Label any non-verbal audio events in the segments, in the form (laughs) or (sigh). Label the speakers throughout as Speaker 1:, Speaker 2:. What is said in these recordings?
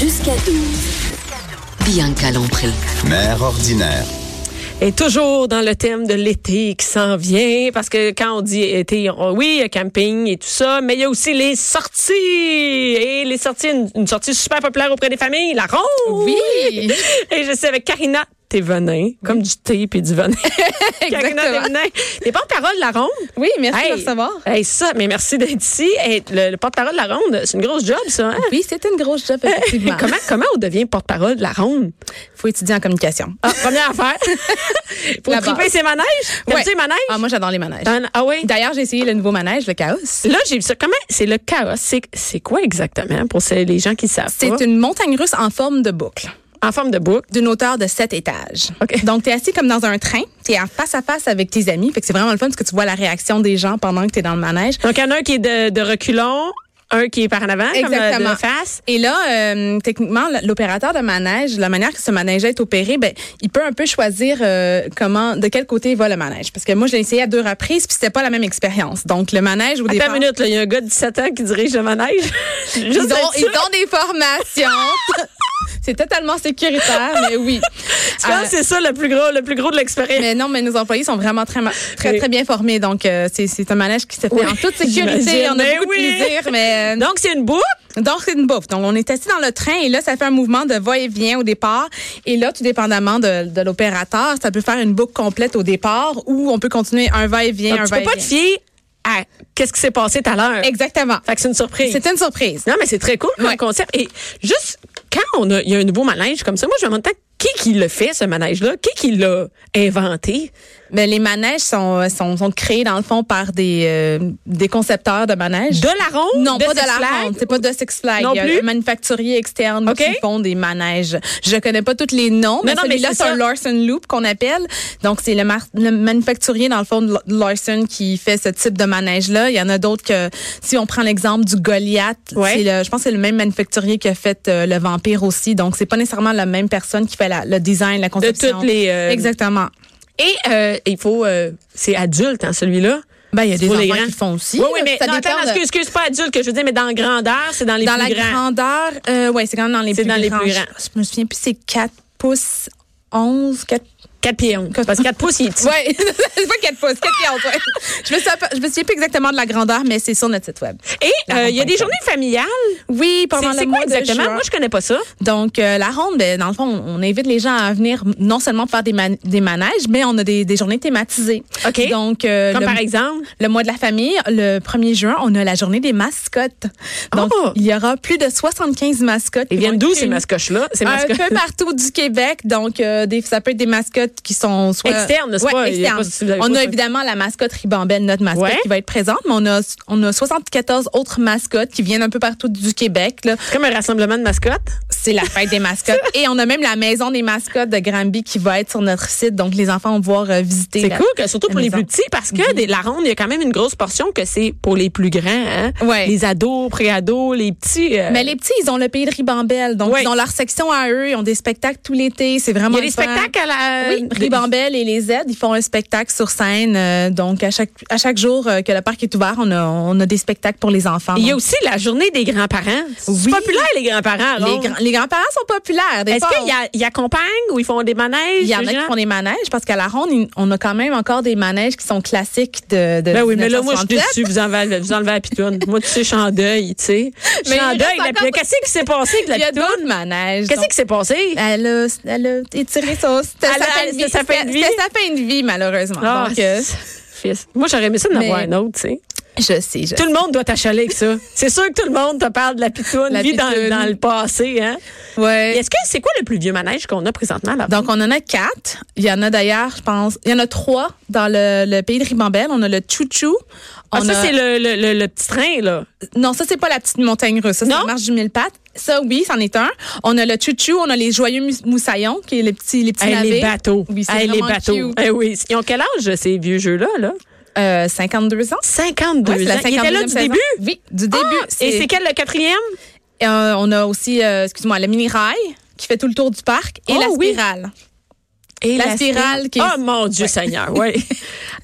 Speaker 1: Jusqu'à 12. Bianca Lompré.
Speaker 2: Mère ordinaire.
Speaker 3: Et toujours dans le thème de l'été qui s'en vient, parce que quand on dit été, on- oui, il y a camping et tout ça, mais il y a aussi les sorties. Et les sorties, une, une sortie super populaire auprès des familles, la ronde.
Speaker 4: Oui,
Speaker 3: Et je suis avec Karina Thévenin, comme du thé puis
Speaker 4: (laughs)
Speaker 3: du venin. Karina
Speaker 4: exactement.
Speaker 3: Thévenin, t'es porte-parole de la ronde.
Speaker 4: Oui, merci de me
Speaker 3: Hey,
Speaker 4: recevoir.
Speaker 3: hey, ça, mais merci d'être ici. Hey, le le porte-parole de la ronde, c'est une grosse job, ça. Hein?
Speaker 4: Oui, c'était une grosse job, (laughs) effectivement.
Speaker 3: (laughs) Comment, comment on devient porte-parole de la ronde?
Speaker 4: Faut étudier en communication.
Speaker 3: Ah, première
Speaker 4: (laughs)
Speaker 3: affaire. Faut
Speaker 4: La
Speaker 3: triper
Speaker 4: base.
Speaker 3: ses manèges.
Speaker 4: Ouais.
Speaker 3: T'aimes-tu les manèges?
Speaker 4: Ah, moi, j'adore les manèges.
Speaker 3: T'en- ah oui?
Speaker 4: D'ailleurs, j'ai essayé le nouveau manège, le Chaos.
Speaker 3: Là, j'ai vu ça. Comment? C'est le chaos. C'est c'est quoi exactement pour ceux- les gens qui savent
Speaker 4: C'est
Speaker 3: pas?
Speaker 4: une montagne russe en forme de boucle.
Speaker 3: En forme de boucle.
Speaker 4: d'une hauteur de sept étages.
Speaker 3: OK.
Speaker 4: Donc, tu es assis comme dans un train, tu es en face à face avec tes amis, fait que c'est vraiment le fun parce que tu vois la réaction des gens pendant que tu es dans le manège.
Speaker 3: Donc, il y en a un qui est de, de reculons, un qui est par en avant, comme euh, de
Speaker 4: Exactement.
Speaker 3: face.
Speaker 4: Et là, euh, techniquement, l- l'opérateur de manège, la manière que ce manège est opéré, ben, il peut un peu choisir euh, comment, de quel côté va le manège. Parce que moi, je l'ai essayé à deux reprises, puis c'était pas la même expérience. Donc, le manège au
Speaker 3: Attends
Speaker 4: départ,
Speaker 3: une minute, là, il y a un gars de 17 ans qui dirige le manège. (laughs) Juste
Speaker 4: ils, ont,
Speaker 3: être
Speaker 4: ils
Speaker 3: sûr.
Speaker 4: ont des formations. (laughs) c'est totalement sécuritaire, mais oui.
Speaker 3: Je pense
Speaker 4: Euh,
Speaker 3: que c'est ça le plus gros, le plus gros de l'expérience.
Speaker 4: Mais non, mais nos employés sont vraiment très, ma- très, très bien formés. Donc, euh, c'est c'est un manège qui se fait
Speaker 3: Oui,
Speaker 4: en toute
Speaker 3: j'imagine.
Speaker 4: sécurité. On a
Speaker 3: Mais
Speaker 4: beaucoup
Speaker 3: oui.
Speaker 4: de plaisir, mais... euh,
Speaker 3: Donc, c'est une boucle.
Speaker 4: donc, c'est une bouffe. Donc, on est assis dans le train et là, ça fait un mouvement de va-et-vient au départ. Et là, tout dépendamment de, de l'opérateur, ça peut faire une boucle complète au départ ou on peut continuer un va-et-vient,
Speaker 3: Donc,
Speaker 4: un
Speaker 3: tu peux
Speaker 4: va-et-vient.
Speaker 3: pas te fier à qu'est-ce qui s'est passé tout à l'heure.
Speaker 4: Exactement.
Speaker 3: Fait que c'est une surprise.
Speaker 4: C'était une surprise.
Speaker 3: Non, mais c'est très cool comme
Speaker 4: Ouais.
Speaker 3: concept. Et juste quand on a, il y a un nouveau manège comme ça, moi, je me demande tant, qui qui le fait, ce manège-là? Qui qui l'a inventé?
Speaker 4: Mais Ben, les manèges sont, euh, sont, sont créés, dans le fond, par des, euh, des concepteurs de manèges.
Speaker 3: Oh, De la ronde?
Speaker 4: Non, pas de
Speaker 3: Six
Speaker 4: la
Speaker 3: Flags?
Speaker 4: ronde. C'est pas de Six Flags.
Speaker 3: Non
Speaker 4: Il y a
Speaker 3: plus?
Speaker 4: un manufacturier externe
Speaker 3: OK.
Speaker 4: qui font des manèges. Je connais pas tous les noms, mais
Speaker 3: non, mais
Speaker 4: celui-là,
Speaker 3: c'est
Speaker 4: c'est
Speaker 3: ça.
Speaker 4: un Larson Loop qu'on appelle. Donc, c'est le, mar- le manufacturier, dans le fond, de L- Larson qui fait ce type de manège-là. Il y en a d'autres que, si on prend l'exemple du Goliath,
Speaker 3: Ouais.
Speaker 4: c'est le- je pense que c'est le même manufacturier qui a fait euh, le Vampire aussi. Donc, c'est pas nécessairement la même personne qui fait la- le design, la conception.
Speaker 3: toutes les, euh,
Speaker 4: Exactement.
Speaker 3: Et euh, il faut, euh, c'est adulte, hein, celui-là.
Speaker 4: Ben, il y a des
Speaker 3: Pour les
Speaker 4: enfants
Speaker 3: grands.
Speaker 4: qui font aussi.
Speaker 3: oui, oui,
Speaker 4: là,
Speaker 3: mais
Speaker 4: ça
Speaker 3: non,
Speaker 4: dépend
Speaker 3: attends,
Speaker 4: de-
Speaker 3: excuse, excuse, pas adulte que je veux dire, mais dans grandeur, c'est dans les
Speaker 4: dans
Speaker 3: plus
Speaker 4: la
Speaker 3: grands.
Speaker 4: grandeur, euh, ouais, c'est quand même dans les
Speaker 3: C'est
Speaker 4: plus
Speaker 3: dans les plus
Speaker 4: grands.
Speaker 3: grands.
Speaker 4: Je me souviens plus, c'est 4 pouces 11, 4
Speaker 3: 4 pieds 11. Parce que 4 pouces, il est petit. (laughs)
Speaker 4: (laughs) Ouais, c'est pas 4 pouces, 4 pieds en ouais. Je me, souviens pas, je me souviens plus exactement de la grandeur, mais c'est sur notre site web.
Speaker 3: Et euh, il y a des journées familiales.
Speaker 4: Oui,
Speaker 3: C'est
Speaker 4: pendant le
Speaker 3: c'est
Speaker 4: mois
Speaker 3: quoi exactement?
Speaker 4: de juin.
Speaker 3: Moi, je connais pas ça.
Speaker 4: Donc, euh, la ronde, ben, dans le fond, on invite les gens à venir non seulement faire des, man- des manèges, mais on a des, des journées thématisées.
Speaker 3: OK.
Speaker 4: Donc, euh,
Speaker 3: Comme
Speaker 4: le-
Speaker 3: par exemple.
Speaker 4: Le mois de la famille, le 1er juin, on a la journée des mascottes. Donc,
Speaker 3: Oh!
Speaker 4: il y aura plus de 75 mascottes. qui
Speaker 3: Ils viennent
Speaker 4: vont
Speaker 3: d'où,
Speaker 4: être
Speaker 3: ces
Speaker 4: réunies.
Speaker 3: mascoches-là? Ces
Speaker 4: Euh, un
Speaker 3: mascottes.
Speaker 4: peu partout du Québec. Donc, euh, des, ça peut être des mascottes qui sont soit
Speaker 3: Externes, n'est-ce pas? Il y a
Speaker 4: externes.
Speaker 3: pas- si vous avez
Speaker 4: on
Speaker 3: pas-
Speaker 4: a évidemment la mascotte ribambelle, notre mascotte
Speaker 3: Ouais.
Speaker 4: qui va être présente, mais on a, on a 74 autres mascottes qui viennent un peu partout du Québec. là.
Speaker 3: C'est (laughs) Comme un rassemblement de mascottes.
Speaker 4: C'est la fête
Speaker 3: (laughs)
Speaker 4: des mascottes. Et on a même la maison des mascottes de Granby qui va être sur notre site. Donc, les enfants vont voir euh, visiter.
Speaker 3: C'est
Speaker 4: la-
Speaker 3: cool, que, surtout pour les
Speaker 4: maison.
Speaker 3: plus petits, parce
Speaker 4: Mhm.
Speaker 3: que des- la ronde, il y a quand même une grosse portion que c'est pour les plus grands. Hein?
Speaker 4: Ouais.
Speaker 3: Les ados, pré-ados, les petits. euh,
Speaker 4: Mais les petits, ils ont le pays de Ribambelle. Donc,
Speaker 3: Ouais.
Speaker 4: ils ont leur section à eux. Ils ont des spectacles tout l'été. C'est
Speaker 3: il y
Speaker 4: vraiment
Speaker 3: a des
Speaker 4: le fun.
Speaker 3: spectacles à la...
Speaker 4: Oui,
Speaker 3: de-
Speaker 4: Ribambelle Euh, et les Z, ils font un spectacle sur scène. euh, donc, à chaque, à chaque jour euh, que le parc est ouvert, on a, on a des spectacles pour les enfants.
Speaker 3: Il y a
Speaker 4: Donc,
Speaker 3: aussi la journée des grands-parents. C'est
Speaker 4: Oui.
Speaker 3: populaire, les grands-parents.
Speaker 4: les,
Speaker 3: alors.
Speaker 4: grands- les grands-parents sont populaires. Des
Speaker 3: Est-ce
Speaker 4: fois, on-
Speaker 3: qu'ils a- ils accompagnent ou ils font des manèges?
Speaker 4: il y en a
Speaker 3: les
Speaker 4: qui
Speaker 3: gens?
Speaker 4: font des manèges parce qu'à la ronde, il- on a quand même encore des manèges qui sont classiques de. de
Speaker 3: Ben oui, mais là, moi, je suis
Speaker 4: 1967.
Speaker 3: déçue. Vous enlevez, vous enlevez la pitoune. moi, tu sais, je suis en deuil, tu sais. Je suis
Speaker 4: Mais il
Speaker 3: en
Speaker 4: reste
Speaker 3: deuil. la-
Speaker 4: encore-
Speaker 3: Qu'est-ce qui s'est passé avec la
Speaker 4: Il y a Ah,
Speaker 3: pitoune?
Speaker 4: d'autres manèges.
Speaker 3: Qu'est-ce
Speaker 4: donc-
Speaker 3: qui s'est passé?
Speaker 4: Elle a, elle a étiré son. C'était
Speaker 3: Elle
Speaker 4: sa
Speaker 3: a-
Speaker 4: fin de vie.
Speaker 3: c'était sa fin de vie.
Speaker 4: C'était sa fin de vie, malheureusement.
Speaker 3: Ah,
Speaker 4: Donc, euh,
Speaker 3: fils. Moi, j'aurais aimé ça d'en
Speaker 4: Mais-
Speaker 3: avoir un autre, tu sais.
Speaker 4: je sais, je sais.
Speaker 3: Tout le monde doit t'achaler avec ça. C'est sûr que tout le monde te parle de la pitoune,
Speaker 4: La
Speaker 3: vit dans,
Speaker 4: pitoune.
Speaker 3: dans le passé. Hein?
Speaker 4: Ouais.
Speaker 3: Est-ce que c'est quoi le plus vieux manège qu'on a présentement là
Speaker 4: Donc, on en a quatre. Il y en a d'ailleurs, je pense, il y en a trois dans le, le pays de Ribambelle. On a le Chouchou,
Speaker 3: Ah,
Speaker 4: On
Speaker 3: ça,
Speaker 4: a-
Speaker 3: c'est le, le- le- le petit train, là.
Speaker 4: Non, ça, c'est pas la petite montagne russe. Ça, c'est
Speaker 3: Non?
Speaker 4: la marche du mille pattes. Ça, oui, c'en est un. On a le chouchou, on a les joyeux mous- moussaillons, qui est les petits, les petits
Speaker 3: Hey, les
Speaker 4: navets.
Speaker 3: bateaux.
Speaker 4: Oui, c'est
Speaker 3: Hey, les
Speaker 4: vraiment
Speaker 3: bateaux.
Speaker 4: cute.
Speaker 3: Eh oui. Ils ont quel âge, ces vieux jeux-là? Là?
Speaker 4: Euh, 52 ans.
Speaker 3: 52
Speaker 4: Ouais, c'est
Speaker 3: ans.
Speaker 4: la
Speaker 3: Ils étaient là
Speaker 4: 52e
Speaker 3: du
Speaker 4: saison.
Speaker 3: début?
Speaker 4: Oui, du début.
Speaker 3: Ah! et c'est quel, le quatrième?
Speaker 4: Euh, on a aussi, euh, excuse-moi, le mini-rail qui fait tout le tour du parc et
Speaker 3: Oh,
Speaker 4: la
Speaker 3: oui.
Speaker 4: spirale.
Speaker 3: Et
Speaker 4: la spirale qui est-
Speaker 3: Oh mon Dieu Seigneur,
Speaker 4: (laughs)
Speaker 3: oui.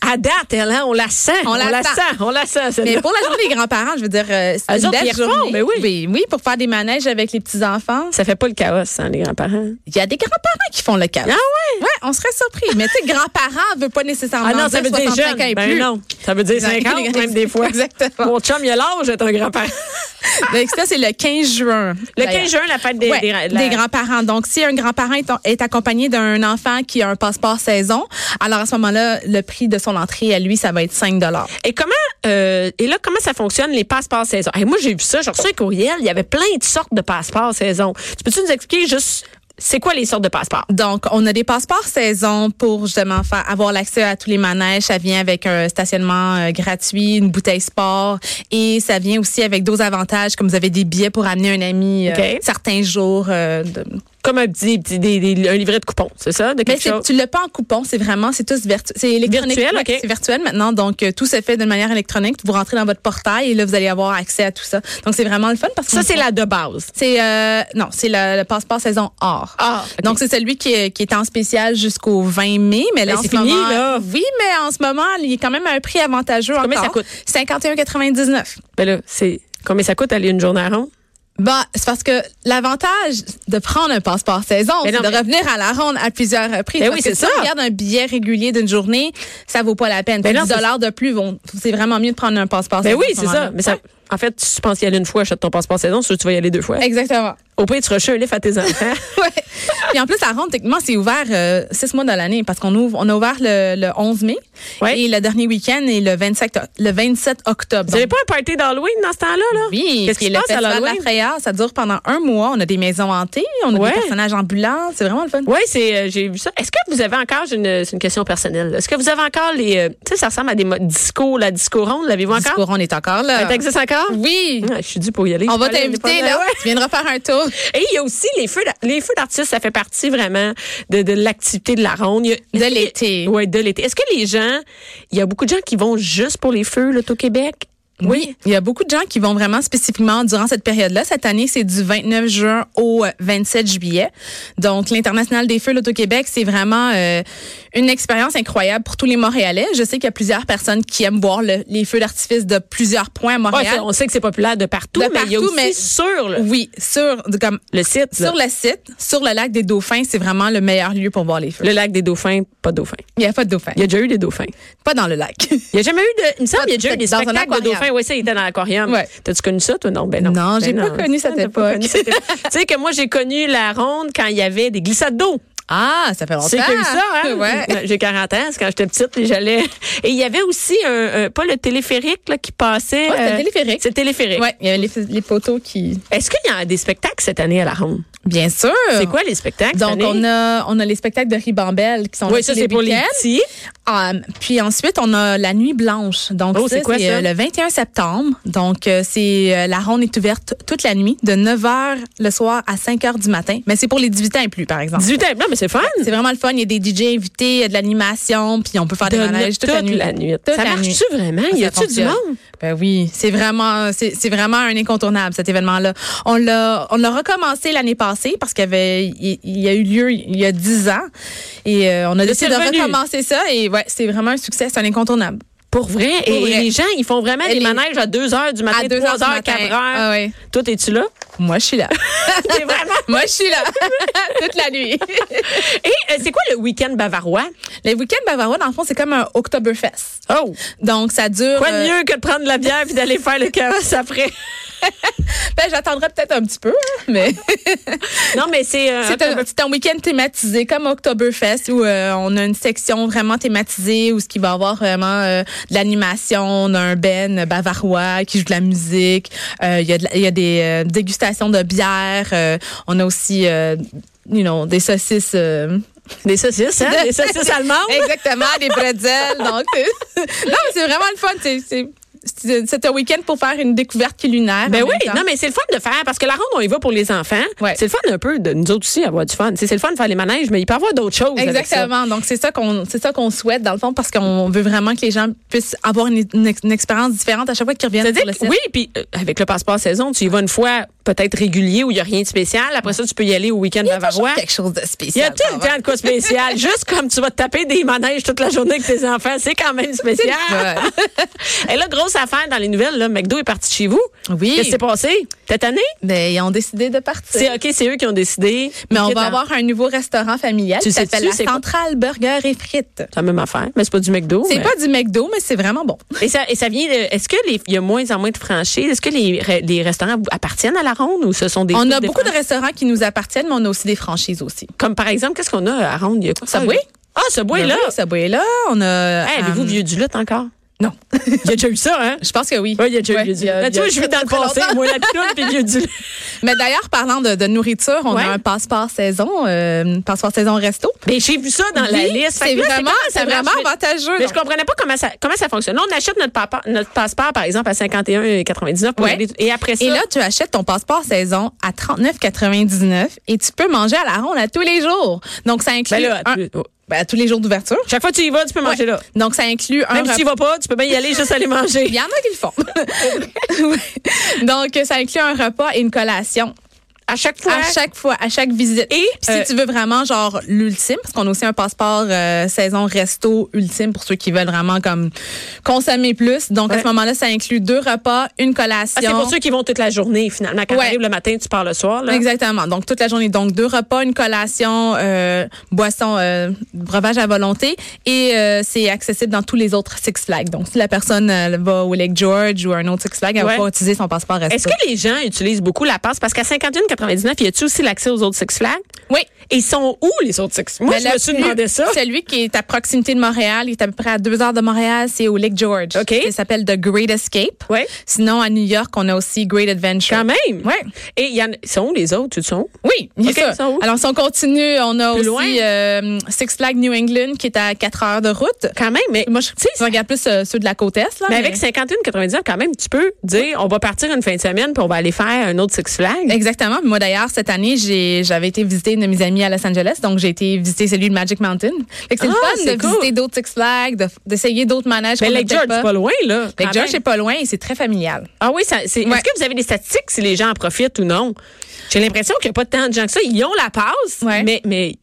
Speaker 3: À date, elle, hein, on la sent. On, la, sent. On la sent, celle-là.
Speaker 4: Mais pour la journée des grands-parents, je veux dire, euh,
Speaker 3: Eux
Speaker 4: c'est une
Speaker 3: autres,
Speaker 4: belle
Speaker 3: ils refont,
Speaker 4: journée.
Speaker 3: mais oui.
Speaker 4: oui. oui, pour faire des manèges avec les petits-enfants.
Speaker 3: Ça fait pas le chaos, hein, les grands-parents.
Speaker 4: Il y a des grands-parents qui font le cas.
Speaker 3: Ah ouais?
Speaker 4: Ouais, on serait surpris. Mais tu sais, grands-parents ne veut pas nécessairement
Speaker 3: Ah non, ça veut
Speaker 4: dire
Speaker 3: dire
Speaker 4: 65
Speaker 3: jeune.
Speaker 4: ans et
Speaker 3: Ben
Speaker 4: plus.
Speaker 3: non, ça veut dire
Speaker 4: Non,
Speaker 3: 50
Speaker 4: les-
Speaker 3: même des fois.
Speaker 4: Exactement.
Speaker 3: Mon chum, il a l'âge d'être un grand-père.
Speaker 4: (laughs) Donc, ça, c'est le 15 juin.
Speaker 3: Le
Speaker 4: d'ailleurs.
Speaker 3: 15 juin, la fête des,
Speaker 4: Ouais,
Speaker 3: des- la-
Speaker 4: grands-parents. Donc, si un grand-parent est, est accompagné d'un enfant qui a un passeport saison, alors à ce moment-là, le prix de son entrée à lui, ça va être 5
Speaker 3: Et comment euh, et là comment ça fonctionne les passeports saison Et Moi j'ai vu ça, j'ai reçu un courriel, il y avait plein de sortes de passeports saison. Tu peux-tu nous expliquer juste c'est quoi les sortes de passeports
Speaker 4: Donc, on a des passeports saison pour justement faire, avoir l'accès à tous les manèges. Ça vient avec un stationnement euh, gratuit, une bouteille sport et ça vient aussi avec d'autres avantages comme vous avez des billets pour amener un ami euh,
Speaker 3: OK.
Speaker 4: certains jours. euh, de-
Speaker 3: Comme un petit, petit- des- des- un livret de coupons, c'est ça de
Speaker 4: Mais
Speaker 3: quelque
Speaker 4: c'est-
Speaker 3: chose?
Speaker 4: tu l'as pas en coupon, c'est vraiment, c'est tous virtuel. C'est électronique.
Speaker 3: Virtuel,
Speaker 4: Ouais,
Speaker 3: OK.
Speaker 4: C'est virtuel maintenant, donc euh, tout se fait de manière électronique. Vous rentrez dans votre portail et là, vous allez avoir accès à tout ça. Donc, c'est vraiment le fun parce que...
Speaker 3: Ça c'est la de base.
Speaker 4: C'est euh, non, c'est le, le passeport saison or.
Speaker 3: Ah, ok.
Speaker 4: Donc c'est celui qui est, qui est en spécial jusqu'au 20 mai, mais là
Speaker 3: Ben,
Speaker 4: en
Speaker 3: c'est
Speaker 4: ce
Speaker 3: fini,
Speaker 4: moment,
Speaker 3: là.
Speaker 4: oui, mais en ce moment, il est quand même à un prix avantageux
Speaker 3: Combien ça
Speaker 4: encore.
Speaker 3: coûte?
Speaker 4: 51,99.
Speaker 3: Ben là, c'est combien ça coûte aller une journée à ronde
Speaker 4: Bah, c'est parce que l'avantage de prendre un passeport saison,
Speaker 3: Mais
Speaker 4: c'est
Speaker 3: non,
Speaker 4: de
Speaker 3: mais-
Speaker 4: revenir à la ronde à plusieurs reprises.
Speaker 3: Ben
Speaker 4: Parce
Speaker 3: oui,
Speaker 4: que
Speaker 3: c'est
Speaker 4: si
Speaker 3: ça.
Speaker 4: on regarde un billet régulier d'une journée, ça vaut pas la peine.
Speaker 3: Ben non,
Speaker 4: 10
Speaker 3: c'est-
Speaker 4: dollars de plus, vont- c'est vraiment mieux de prendre un passeport
Speaker 3: Ben
Speaker 4: saison.
Speaker 3: oui,
Speaker 4: à ce
Speaker 3: c'est ça.
Speaker 4: moment-là.
Speaker 3: Mais ça en fait, si tu penses y aller une fois, achète ton passeport saison, sûr que tu vas y aller deux fois.
Speaker 4: Exactement.
Speaker 3: Au pire, tu rechets un livre à (laughs) tes enfants.
Speaker 4: (laughs) ouais. Puis en plus, la ronde, techniquement, c'est ouvert euh, six mois de l'année parce qu'on ouvre, on a ouvert le, le 11 mai
Speaker 3: Ouais.
Speaker 4: et le dernier week-end est le 27, oct- le 27 octobre.
Speaker 3: Vous n'avez
Speaker 4: Donc,
Speaker 3: pas un party d'Halloween dans ce temps-là là
Speaker 4: oui,
Speaker 3: Qu'est-ce qui
Speaker 4: puis
Speaker 3: se
Speaker 4: le
Speaker 3: passe à
Speaker 4: festival de la
Speaker 3: l'Halloween?
Speaker 4: frayeur, ça dure pendant un mois. On a des maisons hantées, on a
Speaker 3: Ouais.
Speaker 4: des personnages ambulants, c'est vraiment le fun.
Speaker 3: Oui, c'est euh, j'ai vu ça. Est-ce que vous avez encore j'ai une c'est une question personnelle. là. Est-ce que vous avez encore les euh, tu sais ça ressemble à des mo- disco la disco ronde, l'avez-vous
Speaker 4: Le
Speaker 3: encore
Speaker 4: discours, on est encore là.
Speaker 3: Ça existe encore
Speaker 4: Oui,
Speaker 3: Ah, (laughs) Je suis due pour y aller.
Speaker 4: on
Speaker 3: Je
Speaker 4: va
Speaker 3: peux aller, on est pas
Speaker 4: t'inviter
Speaker 3: mal.
Speaker 4: là. Tu viendras faire un tour.
Speaker 3: Et il y a aussi les feux d'a- les feux d'artistes, ça fait partie vraiment de, de l'activité de la ronde Il y a-
Speaker 4: De
Speaker 3: est-ce que-
Speaker 4: l'été.
Speaker 3: Ouais, de l'été. Est-ce que les gens il y a beaucoup de gens qui vont juste pour les feux là, au Québec
Speaker 4: Oui, il y a beaucoup de gens qui vont vraiment spécifiquement durant cette période-là. Cette année, c'est du 29 juin au euh, 27 juillet. Donc, l'International des Feux l'Auto-Québec, c'est vraiment euh, une expérience incroyable pour tous les Montréalais. Je sais qu'il y a plusieurs personnes qui aiment voir le- les feux d'artifice de plusieurs points à
Speaker 3: Ouais, c'est-
Speaker 4: Montréal.
Speaker 3: on sait que c'est populaire de partout,
Speaker 4: De
Speaker 3: mais il y a
Speaker 4: partout,
Speaker 3: aussi
Speaker 4: mais-
Speaker 3: sur le,
Speaker 4: oui, sur de- comme
Speaker 3: le site, là.
Speaker 4: sur le site, sur le lac des Dauphins, c'est vraiment le meilleur lieu pour voir les feux.
Speaker 3: le lac des dauphins, pas de dauphins.
Speaker 4: Il n'y a pas de dauphins,
Speaker 3: Il y a déjà eu des dauphins.
Speaker 4: pas dans le lac. (laughs)
Speaker 3: Il n'y a jamais eu de. Il me semble qu'il y a déjà eu des
Speaker 4: Ah, Dans un
Speaker 3: spectacles de
Speaker 4: aquarium.
Speaker 3: dauphins. Oui, ça, il était dans l'aquarium.
Speaker 4: Ouais.
Speaker 3: T'as-tu connu ça, toi? Non, ben non.
Speaker 4: Non,
Speaker 3: Ben
Speaker 4: j'ai pas connu cette
Speaker 3: T'as pas
Speaker 4: époque.
Speaker 3: connu cette
Speaker 4: (laughs)
Speaker 3: époque. tu sais que moi, j'ai connu la ronde quand il y avait des glissades d'eau.
Speaker 4: ah, ça fait longtemps.
Speaker 3: C'est comme ça, hein?
Speaker 4: (laughs) Ouais.
Speaker 3: J'ai 40 ans, c'est quand j'étais petite, et j'allais. Et il y avait aussi un, un- pas le téléphérique là, qui passait.
Speaker 4: Ouais, c'était
Speaker 3: euh,
Speaker 4: téléphérique.
Speaker 3: C'est téléphérique.
Speaker 4: Ouais, il y avait les, les poteaux qui
Speaker 3: Est-ce qu'il y a des spectacles cette année à la ronde?
Speaker 4: Bien sûr.
Speaker 3: C'est quoi les spectacles?
Speaker 4: Ah. Donc, on a, on a les spectacles de Ribambelle qui sont là
Speaker 3: Oui,
Speaker 4: tous
Speaker 3: ça, c'est pour les
Speaker 4: week-ends.
Speaker 3: petits.
Speaker 4: Ah, puis ensuite, on a la Nuit Blanche. Donc,
Speaker 3: Oh,
Speaker 4: ça,
Speaker 3: c'est quoi, ça?
Speaker 4: euh, le 21 septembre. Donc, euh, c'est euh, la ronde est ouverte toute la nuit, de 9 h le soir à 5 h du matin. Mais c'est pour les 18 ans et plus, par exemple.
Speaker 3: 18 ans. Non, mais c'est fun.
Speaker 4: C'est vraiment le fun. Il y a des DJ invités, il y a de l'animation, puis on peut faire des
Speaker 3: De-
Speaker 4: manèges toute, la nuit. Toute
Speaker 3: Ça
Speaker 4: la nuit. Ah,
Speaker 3: marche-tu vraiment? Hein, Y
Speaker 4: Ça
Speaker 3: a-tu du
Speaker 4: fonctionne.
Speaker 3: monde?
Speaker 4: Ben oui, c'est vraiment, c'est c'est vraiment un incontournable cet événement-là. On l'a, on l'a recommencé l'année passée parce qu'il y avait, il, il y a eu lieu il y a dix ans et euh, on a décidé de
Speaker 3: c'est revenu.
Speaker 4: recommencer ça et ouais, c'est vraiment un succès, c'est un incontournable.
Speaker 3: Pour vrai.
Speaker 4: Pour
Speaker 3: et
Speaker 4: vrai.
Speaker 3: les gens, ils font vraiment
Speaker 4: Et
Speaker 3: des
Speaker 4: les-
Speaker 3: manèges à 2 h du matin,
Speaker 4: À 2
Speaker 3: 3
Speaker 4: heures du
Speaker 3: h,
Speaker 4: matin.
Speaker 3: 4 h.
Speaker 4: Ah ouais.
Speaker 3: Toi, es-tu
Speaker 4: (laughs)
Speaker 3: là?
Speaker 4: Moi, je
Speaker 3: (laughs)
Speaker 4: suis là.
Speaker 3: T'es vraiment-
Speaker 4: Moi, je suis là (laughs) toute la
Speaker 3: (laughs)
Speaker 4: nuit.
Speaker 3: Et euh, c'est quoi le week-end bavarois?
Speaker 4: Les week-ends bavarois, dans le fond, c'est comme un Oktoberfest.
Speaker 3: Oh!
Speaker 4: Donc, ça dure.
Speaker 3: Quoi
Speaker 4: euh,
Speaker 3: de mieux que de prendre de la bière puis d'aller faire le carrosse
Speaker 4: (laughs)
Speaker 3: après?
Speaker 4: Ben, j'attendrai peut-être un petit peu, hein, mais.
Speaker 3: Non, mais c'est. euh,
Speaker 4: C'est un,
Speaker 3: October-
Speaker 4: c'est un week-end thématisé comme Oktoberfest où euh, on a une section vraiment thématisée où ce qui va avoir vraiment euh, de l'animation, on a un ben bavarois qui joue de la musique, Euh, il y, a de la- il y a des euh, dégustations de bière, Euh, on a aussi euh, you know, des saucisses euh,
Speaker 3: des saucisses, hein?
Speaker 4: (laughs)
Speaker 3: Des saucisses allemandes? (laughs)
Speaker 4: (laughs) Exactement, des bretzels donc c'est- Non, mais c'est vraiment le fun, c'est- c'est C'était c'était un week-end pour faire une découverte culinaire.
Speaker 3: Ben
Speaker 4: en
Speaker 3: oui,
Speaker 4: même temps.
Speaker 3: non, mais c'est le fun de faire parce que la ronde, on y va pour les enfants.
Speaker 4: Ouais.
Speaker 3: C'est le fun un peu de nous autres aussi avoir du fun. Tu sais, C'est le fun de faire les manèges, mais il peut y avoir d'autres choses. avec ça.
Speaker 4: Exactement. Donc c'est ça qu'on c'est ça qu'on souhaite dans le fond parce qu'on veut vraiment que les gens puissent avoir une, une ex- une expérience différente à chaque fois qu'ils reviennent sur
Speaker 3: C'est-à-dire
Speaker 4: le
Speaker 3: que-
Speaker 4: site.
Speaker 3: oui, puis euh, avec le passeport saison, tu y vas une fois peut-être régulier où il n'y a rien de spécial. Après ça, tu peux y aller au week-end
Speaker 4: Il y a toujours
Speaker 3: bavarois.
Speaker 4: quelque chose de
Speaker 3: Il y a
Speaker 4: spécial.
Speaker 3: tout le temps de quoi
Speaker 4: (laughs)
Speaker 3: spécial. Juste comme tu vas te taper des manèges toute la journée avec tes enfants, c'est quand même spécial. (laughs) Et là, grosse affaire dans les nouvelles, là, McDo est parti de chez vous.
Speaker 4: Oui.
Speaker 3: Qu'est-ce qui s'est passé? Cette année?
Speaker 4: Ben, ils ont décidé de partir.
Speaker 3: C'est OK, c'est eux qui ont décidé.
Speaker 4: Euh, Mais on
Speaker 3: Ok,
Speaker 4: va
Speaker 3: dans-
Speaker 4: avoir un nouveau restaurant familial
Speaker 3: Tu
Speaker 4: qui s'appelle
Speaker 3: sais-tu,
Speaker 4: la
Speaker 3: c'est quoi?
Speaker 4: Centrale Burger et Frites.
Speaker 3: C'est la même affaire, mais c'est pas du McDo.
Speaker 4: C'est
Speaker 3: mais-
Speaker 4: pas du McDo, mais c'est vraiment bon.
Speaker 3: Et ça, et ça vient de. Est-ce que les, il y a moins en moins de franchises? Est-ce que les, re- les restaurants appartiennent à la ronde ou ce sont des.
Speaker 4: On a
Speaker 3: des
Speaker 4: beaucoup de
Speaker 3: franchises?
Speaker 4: restaurants qui nous appartiennent, mais on a aussi des franchises aussi.
Speaker 3: Comme par exemple, qu'est-ce qu'on a à ronde? Il y a quoi?
Speaker 4: Subway. Ben
Speaker 3: Ah, Subway, là.
Speaker 4: Oui, Subway est là. On a.
Speaker 3: Hey, Avez-vous
Speaker 4: euh,
Speaker 3: vieux du lutte encore?
Speaker 4: Non. (laughs)
Speaker 3: Il y a déjà eu ça, (laughs) hein?
Speaker 4: Je pense que oui.
Speaker 3: Oui, il y a déjà eu
Speaker 4: Ouais,
Speaker 3: vieux du
Speaker 4: il y
Speaker 3: lutte.
Speaker 4: a-
Speaker 3: Là,
Speaker 4: il y
Speaker 3: Tu vois,
Speaker 4: a
Speaker 3: je vis
Speaker 4: très,
Speaker 3: dans le
Speaker 4: très
Speaker 3: passé.
Speaker 4: longtemps.
Speaker 3: Moi, la pitoune, puis vieux du (laughs) lutte.
Speaker 4: Mais d'ailleurs, parlant de, de nourriture, on
Speaker 3: Ouais.
Speaker 4: a un passeport saison, euh, passeport saison resto.
Speaker 3: Mais Ben, j'ai vu ça dans la
Speaker 4: Oui,
Speaker 3: liste. Fait
Speaker 4: c'est
Speaker 3: que là,
Speaker 4: vraiment-
Speaker 3: comment
Speaker 4: c'est
Speaker 3: ça marche?
Speaker 4: vraiment
Speaker 3: Mais-
Speaker 4: avantageux,
Speaker 3: Mais
Speaker 4: donc.
Speaker 3: je comprenais pas comment ça, comment ça fonctionne. Là, on achète notre, papa- notre passeport, par exemple, à 51,99 pour
Speaker 4: Ouais.
Speaker 3: aller- Et après ça.
Speaker 4: Et là, tu achètes ton passeport saison à 39,99 et tu peux manger à la ronde à tous les jours. Donc, ça inclut
Speaker 3: Ben là,
Speaker 4: un-
Speaker 3: tu-
Speaker 4: ben, à tous les jours d'ouverture.
Speaker 3: chaque fois que tu y vas, tu peux manger là.
Speaker 4: Donc, ça inclut un
Speaker 3: Même si
Speaker 4: repas.
Speaker 3: tu y vas pas, tu peux bien y aller juste aller manger.
Speaker 4: (laughs) Il y en a qui le font. Ouais. (laughs) Donc, ça inclut un repas et une collation.
Speaker 3: À chaque fois.
Speaker 4: À chaque fois, à chaque visite.
Speaker 3: Et,
Speaker 4: Puis si
Speaker 3: euh,
Speaker 4: tu veux vraiment genre l'ultime, parce qu'on a aussi un passeport euh, saison resto ultime pour ceux qui veulent vraiment comme consommer plus. Donc à
Speaker 3: Ouais.
Speaker 4: ce moment-là, ça inclut deux repas, une collation.
Speaker 3: Ah, c'est pour ceux qui vont toute la journée, finalement. Quand
Speaker 4: Ouais.
Speaker 3: t'arrives le matin, tu pars le soir. Là.
Speaker 4: Exactement. Donc toute la journée, donc deux repas, une collation, euh, boisson, euh, breuvage à volonté, et euh, c'est accessible dans tous les autres Six Flags. Donc si la personne euh, va au Lake George ou à un autre Six Flags, elle
Speaker 3: Ouais.
Speaker 4: va pas utiliser son passeport resto.
Speaker 3: Est-ce que les gens utilisent beaucoup la passe? Parce qu'à 51,99, y a-tu aussi l'accès aux autres Six Flags?
Speaker 4: Oui.
Speaker 3: Et ils sont où, les autres Six Flags? Moi,
Speaker 4: Ben,
Speaker 3: je me
Speaker 4: le
Speaker 3: suis
Speaker 4: plus-
Speaker 3: demandé ça.
Speaker 4: Celui qui est à proximité de Montréal, il est à peu près à deux heures de Montréal, c'est au Lake George.
Speaker 3: OK.
Speaker 4: Il s'appelle The Great Escape.
Speaker 3: Ouais.
Speaker 4: Sinon, à New York, on a aussi Great Adventure.
Speaker 3: Quand même.
Speaker 4: Ouais.
Speaker 3: Et il y en, ils sont où, les autres? Tu sont où?
Speaker 4: Oui, il y a
Speaker 3: OK,
Speaker 4: ça.
Speaker 3: ils sont où?
Speaker 4: Alors, si on continue, on a
Speaker 3: Plus
Speaker 4: aussi
Speaker 3: loin?
Speaker 4: euh, Six Flags New England qui est à quatre heures de route.
Speaker 3: Quand même, mais.
Speaker 4: Moi, je,
Speaker 3: tu sais,
Speaker 4: je regarde plus euh, ceux de la côte Est. Là,
Speaker 3: mais avec 51,99, quand même, tu peux dire, on va partir une fin de semaine puis on va aller faire un autre Six Flags.
Speaker 4: Exactement. Moi, d'ailleurs, cette année, j'ai- j'avais été visiter une de mes amies à Los Angeles. Donc, j'ai été visiter celui de Magic Mountain. Fait que
Speaker 3: Ah,
Speaker 4: c'est le fun
Speaker 3: c'est
Speaker 4: de
Speaker 3: cool.
Speaker 4: visiter d'autres Six Flags, de- d'essayer d'autres manèges.
Speaker 3: Mais
Speaker 4: qu'on a
Speaker 3: Lake
Speaker 4: peut-être
Speaker 3: George, c'est pas loin, Ah là.
Speaker 4: Fait que
Speaker 3: quand
Speaker 4: George,
Speaker 3: même.
Speaker 4: c'est pas loin et c'est très familial.
Speaker 3: Ah oui, ça, c'est,
Speaker 4: Ouais.
Speaker 3: est-ce que vous avez des statistiques si les gens en profitent ou non? J'ai l'impression qu'il n'y a pas tant de gens que ça. Ils ont la passe,
Speaker 4: Ouais.
Speaker 3: mais, mais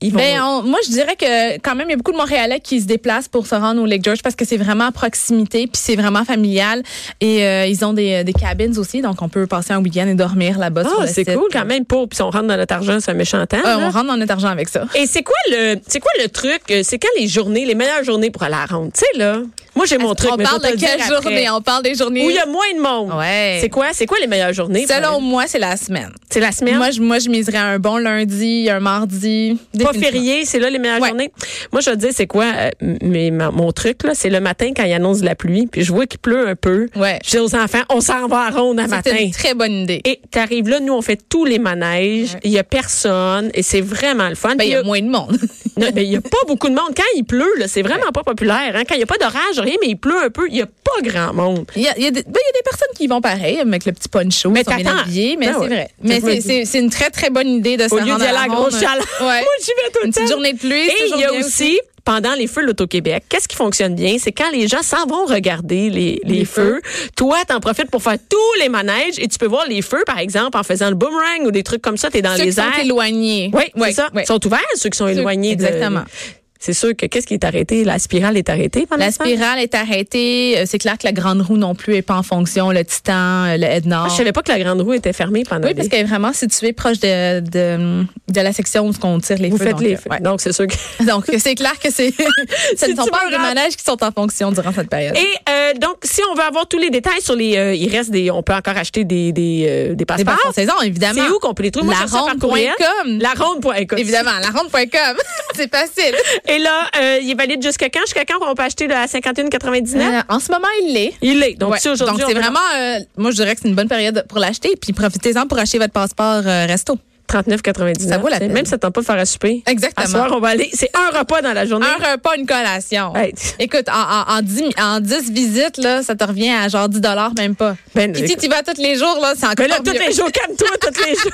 Speaker 3: ils vont.
Speaker 4: Ben, on- moi, je dirais que quand même, il y a beaucoup de Montréalais qui se déplacent pour se rendre au Lake George parce que c'est vraiment à proximité, puis c'est vraiment familial. Et euh, ils ont des, des cabines aussi, donc on peut passer un week-end et dormir là-bas. sur
Speaker 3: ah,
Speaker 4: le
Speaker 3: c'est
Speaker 4: site.
Speaker 3: cool quand même hein? pour. Puis si on rentre dans notre argent, c'est un méchant temps. là.
Speaker 4: Euh, on rentre dans notre argent avec ça.
Speaker 3: Et c'est quoi le c'est quoi le truc? euh, C'est quand les journées, les meilleures journées pour aller à la ronde? Tu sais, là. Moi, j'ai mon truc,
Speaker 4: on
Speaker 3: mais je
Speaker 4: parle
Speaker 3: vais te le
Speaker 4: de
Speaker 3: dire
Speaker 4: quelle
Speaker 3: après.
Speaker 4: journée? On parle des journées.
Speaker 3: Où il y a moins de monde.
Speaker 4: Ouais.
Speaker 3: C'est quoi? C'est quoi les meilleures journées? pour
Speaker 4: Selon
Speaker 3: aller?
Speaker 4: moi, c'est la semaine.
Speaker 3: C'est la semaine?
Speaker 4: Moi, je, moi, je miserais un bon lundi, un mardi.
Speaker 3: pas
Speaker 4: définitivement.
Speaker 3: férié, c'est là les meilleures
Speaker 4: Ouais.
Speaker 3: journées. Moi, je vais te dire, c'est quoi euh, m- mais ma- mon truc, là, c'est le matin quand il annonce de la pluie, puis je vois qu'il pleut un peu.
Speaker 4: Ouais.
Speaker 3: Je dis aux enfants, on s'en va à ronde à
Speaker 4: C'est
Speaker 3: matin.
Speaker 4: une très bonne idée.
Speaker 3: Et t'arrives là, nous, on fait tous les manèges, il y a personne, et c'est vraiment le fun.
Speaker 4: Ben, il y a
Speaker 3: Puis,
Speaker 4: moins de monde. (laughs)
Speaker 3: Non, mais il n'y a pas beaucoup de monde. Quand il pleut, là, c'est vraiment pas populaire. hein. Quand il n'y a pas d'orage, rien, mais il pleut un peu, il n'y a pas grand monde.
Speaker 4: Il y, a, il y a des, ben, il y a des personnes qui y vont pareil, avec le petit poncho,
Speaker 3: Mais
Speaker 4: ils sont bien
Speaker 3: t'attends.
Speaker 4: habillés, mais
Speaker 3: Ben
Speaker 4: c'est
Speaker 3: ouais.
Speaker 4: vrai. Mais
Speaker 3: Je me
Speaker 4: c'est-
Speaker 3: dis-
Speaker 4: c'est c'est une très, très bonne idée de se
Speaker 3: Au lieu
Speaker 4: rendre
Speaker 3: d'y aller à la grosse
Speaker 4: ronde. euh,
Speaker 3: chaleur. (laughs)
Speaker 4: (laughs) Ouais.
Speaker 3: Moi, j'y vais tout le
Speaker 4: Une petite
Speaker 3: temps.
Speaker 4: journée de pluie, c'est
Speaker 3: Et il
Speaker 4: toujours
Speaker 3: y a
Speaker 4: bien
Speaker 3: aussi, pendant les feux de l'Auto-Québec, qu'est-ce qui fonctionne bien? C'est quand les gens s'en vont regarder les, les
Speaker 4: Les
Speaker 3: feux. Toi, t'en profites pour faire tous les manèges et tu peux voir les feux, par exemple, en faisant le boomerang ou des trucs comme ça. T'es dans
Speaker 4: Ceux qui
Speaker 3: les
Speaker 4: sont
Speaker 3: airs.
Speaker 4: éloignés.
Speaker 3: Oui,
Speaker 4: Ouais,
Speaker 3: c'est ça.
Speaker 4: ouais.
Speaker 3: Ils sont ouverts, ceux qui sont éloignés. de-
Speaker 4: exactement.
Speaker 3: C'est sûr que qu'est-ce qui est arrêté? La spirale est arrêtée pendant
Speaker 4: La
Speaker 3: ce temps?
Speaker 4: spirale est arrêtée. Euh, C'est clair que la grande roue non plus est pas en fonction. Le Titan, euh, le Edna.
Speaker 3: Ah, Je savais pas que la grande roue était fermée pendant
Speaker 4: Oui, parce
Speaker 3: des-
Speaker 4: qu'elle est vraiment située proche de, de, de la section où on tire les
Speaker 3: Vous
Speaker 4: feux.
Speaker 3: faites
Speaker 4: donc,
Speaker 3: les
Speaker 4: euh,
Speaker 3: feux.
Speaker 4: ouais.
Speaker 3: Donc, c'est sûr que.
Speaker 4: Donc, c'est clair que
Speaker 3: (laughs)
Speaker 4: c'est, ce
Speaker 3: C'est
Speaker 4: ne sont pas des
Speaker 3: durable.
Speaker 4: manèges qui sont en fonction durant cette période.
Speaker 3: Et euh, donc, si on veut avoir tous les détails sur les, euh, il reste des, on peut encore acheter des des, euh, des
Speaker 4: Des
Speaker 3: passeports.
Speaker 4: passeports saison, évidemment.
Speaker 3: C'est où qu'on peut les trouver? Moi, je cherche ça par courriel.
Speaker 4: Laronde.com.
Speaker 3: Laronde.com.
Speaker 4: Évidemment, la ronde.com. (laughs) c'est facile.
Speaker 3: Et là, euh, il est valide jusqu'à quand? Jusqu'à quand on peut acheter le à 51,99?
Speaker 4: Euh, en ce moment, il l'est.
Speaker 3: il est. Donc,
Speaker 4: Ouais.
Speaker 3: si aujourd'hui.
Speaker 4: Donc, c'est
Speaker 3: on-
Speaker 4: vraiment, euh, moi, je dirais que c'est une bonne période pour l'acheter. Puis, profitez-en pour acheter votre passeport euh, resto.
Speaker 3: 39,99.
Speaker 4: Ça vaut la
Speaker 3: tu sais.
Speaker 4: peine.
Speaker 3: Même si ça ne tente pas de faire à souper.
Speaker 4: Exactement.
Speaker 3: À soir, on va aller. C'est un repas dans la journée.
Speaker 4: Un repas, une collation.
Speaker 3: Hey.
Speaker 4: Écoute, en, en, en, 10, en 10 visites, là, ça te revient à genre 10 même pas.
Speaker 3: Ben,
Speaker 4: Puis si
Speaker 3: écoute.
Speaker 4: tu y vas tous les jours, là, c'est encore
Speaker 3: Mais là, tous
Speaker 4: mieux.
Speaker 3: les jours, calme-toi, tous
Speaker 4: (laughs)
Speaker 3: les jours.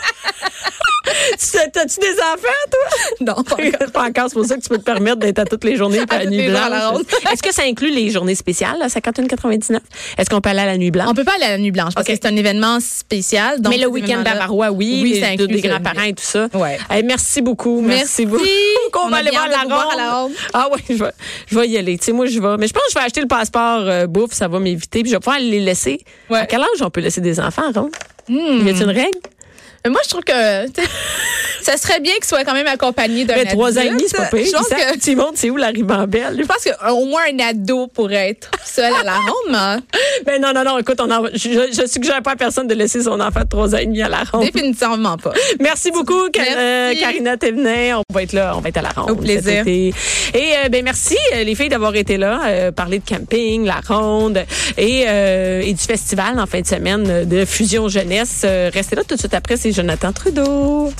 Speaker 3: Tu sais, T'as-tu des enfants,
Speaker 4: (laughs) Non,
Speaker 3: (laughs)
Speaker 4: pas encore.
Speaker 3: toi? pas encore, c'est pour ça que tu peux te permettre d'être à toutes les journées puis à
Speaker 4: À
Speaker 3: la
Speaker 4: toutes
Speaker 3: nuit
Speaker 4: les jours à la
Speaker 3: blanche.
Speaker 4: ronde.
Speaker 3: Est-ce que ça inclut les journées spéciales, à 51,99? Est-ce qu'on peut aller à la nuit blanche?
Speaker 4: On peut pas aller à la nuit blanche parce
Speaker 3: Ok.
Speaker 4: que c'est un événement spécial. Donc
Speaker 3: Mais le
Speaker 4: cet
Speaker 3: week-end
Speaker 4: événement-là-
Speaker 3: bavarois, oui,
Speaker 4: Oui,
Speaker 3: les-
Speaker 4: ça
Speaker 3: de-
Speaker 4: inclut
Speaker 3: des
Speaker 4: ça.
Speaker 3: grands-parents et tout ça.
Speaker 4: Ouais.
Speaker 3: Hey, merci beaucoup. Merci,
Speaker 4: Merci.
Speaker 3: beaucoup.
Speaker 4: (laughs)
Speaker 3: On
Speaker 4: On
Speaker 3: va
Speaker 4: a
Speaker 3: aller
Speaker 4: bien
Speaker 3: voir
Speaker 4: hâte de vous
Speaker 3: la
Speaker 4: voir
Speaker 3: ronde.
Speaker 4: à la ronde.
Speaker 3: Ah oui, je vais, je vais y aller. Tu sais, moi, je vais. Mais je pense que je vais acheter le passeport euh, bouffe, ça va m'éviter. Puis je vais pouvoir les laisser.
Speaker 4: Ouais. Hmm.
Speaker 3: À quel âge on peut laisser des enfants en ronde? Y a-t-il une règle?
Speaker 4: Mais moi, je trouve
Speaker 3: (laughs)
Speaker 4: que tu sais, ça serait bien qu'il soit quand même accompagné d'un
Speaker 3: Mais Ben, trois ans et demi,
Speaker 4: adulte.
Speaker 3: c'est pas pire.
Speaker 4: Je pense
Speaker 3: Ils savent
Speaker 4: que
Speaker 3: tout le monde, c'est où la ribambelle?
Speaker 4: je pense qu'au moins un ado pourrait être seul
Speaker 3: (laughs)
Speaker 4: à la ronde. hein.
Speaker 3: Mais Ben non, non, non, écoute, on en- je, je suggère pas à personne de laisser son enfant de trois ans et demi à la ronde.
Speaker 4: Définitivement pas.
Speaker 3: Merci beaucoup, Ka-
Speaker 4: Merci.
Speaker 3: euh, Karina Thévenet. On va être là, on va être à la ronde.
Speaker 4: Au plaisir.
Speaker 3: cet été. Et euh, ben merci euh, les filles d'avoir été là, euh, parler de camping, la ronde et, euh, et du festival en fin de semaine euh, de Fusion Jeunesse. Euh, restez là tout de suite après, c'est Jonathan Trudeau.